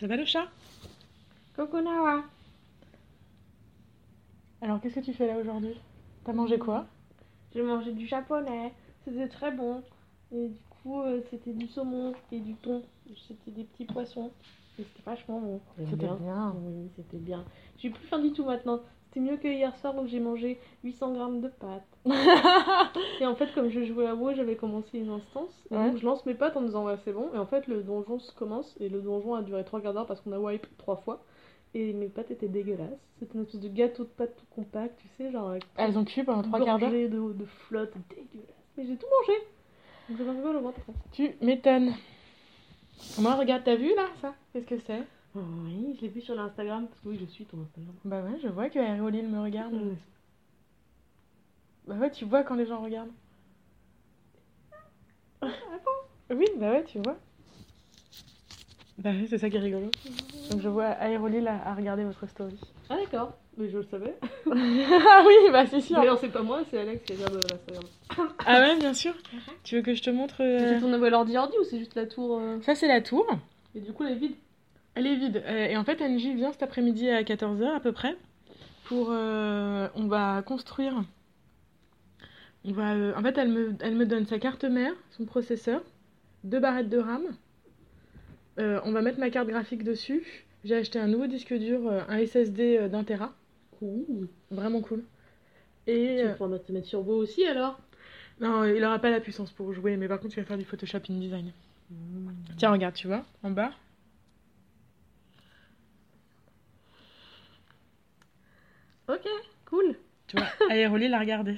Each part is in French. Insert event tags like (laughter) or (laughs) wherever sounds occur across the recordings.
Ça va le chat Kokonawa Alors qu'est-ce que tu fais là aujourd'hui T'as mangé quoi J'ai mangé du japonais, c'était très bon. Et du coup, euh, c'était du saumon, c'était du thon, c'était des petits poissons. Et c'était vachement bon. bien. Oui, c'était bien. J'ai plus faim du tout maintenant. C'était mieux que hier soir où j'ai mangé 800 grammes de pâtes. (laughs) et en fait, comme je jouais à WoW, j'avais commencé une instance. Et Ouais. donc, je lance mes pâtes en me disant ouais, c'est bon. Et en fait, le donjon se commence. Et le donjon a duré trois quarts d'heure parce qu'on a wipe trois fois. Et mes pâtes étaient dégueulasses. C'était une espèce de gâteau de pâtes tout compact, tu sais, genre avec Elles ont cuit pendant trois quarts d'heure. gorgée de, de flotte dégueulasse. Mais j'ai tout mangé. Donc j'avais un peu le ventre. Tu m'étonnes. Moi regarde, t'as vu là ça Qu'est-ce que c'est Oh, oui, je l'ai vu sur l'Instagram parce que oui, je suis ton Instagram. Bah ouais, je vois que Aéroline me Ah, regarde. Bah ouais, tu vois quand les gens regardent. Ah Oui, bah ouais, tu vois. Bah ouais, c'est ça qui est rigolo. Donc je vois Aérolil à, à regarder votre story. Ah d'accord, mais je le savais. (laughs) ah oui, bah c'est sûr. D'ailleurs, c'est pas moi, c'est Alex qui vient de l'Instagram. Ah ouais, bien (laughs) sûr. Tu veux que je te montre euh, C'est ton nouvel ordi ordi ou c'est juste la tour euh, Ça, c'est la tour. Et du coup, elle est vide. Elle est vide. Euh, et en fait, NJ vient cet après-midi à 14h à peu près. Pour, euh, on va construire. On va, euh, en fait, elle me, elle me donne sa carte mère, son processeur, deux barrettes de RAM. Euh, on va mettre ma carte graphique dessus. J'ai acheté un nouveau disque dur, euh, un SSD d'un Tera. Cool. Vraiment cool. Et Tu euh, vas pouvoir te mettre sur beau aussi alors non, il aura pas la puissance pour jouer, mais par contre, il va faire du Photoshop InDesign. Hmm. Tiens, regarde, tu vois, en bas. Ok, cool. Tu vois, Aéroli l'a regardé.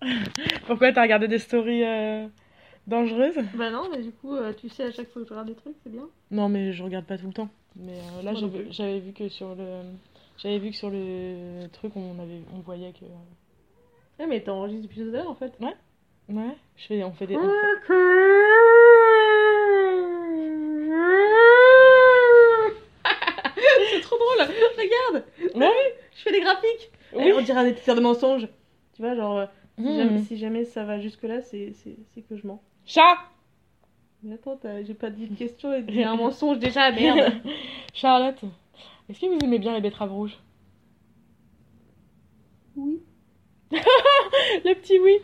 (laughs) Pourquoi t'as regardé des stories euh, dangereuses Bah non, mais du coup, euh, tu sais à chaque fois que je regarde des trucs, c'est bien. Non, mais je regarde pas tout le temps. Mais euh, là, Moi non j'avais- plus. j'avais vu que sur le, j'avais vu que sur le truc, on avait, on voyait que. Ouais, Ah, mais t'enregistres depuis tout à l'heure en fait. Ouais. Je fais, on fait des. c'est (laughs) trop drôle. Regarde. Ah Je fais des graphiques. Oui. Et on dirait des tirs de mensonges. Tu vois, genre, euh, si, jamais, Mmh. si jamais ça va jusque-là, c'est c'est- c'est que je mens. Chat. Mais attends, t'as- j'ai pas dit de question et (laughs) dit un mensonge déjà, merde. Charlotte. Est-ce que vous aimez bien les betteraves rouges oui. (laughs) Le petit oui.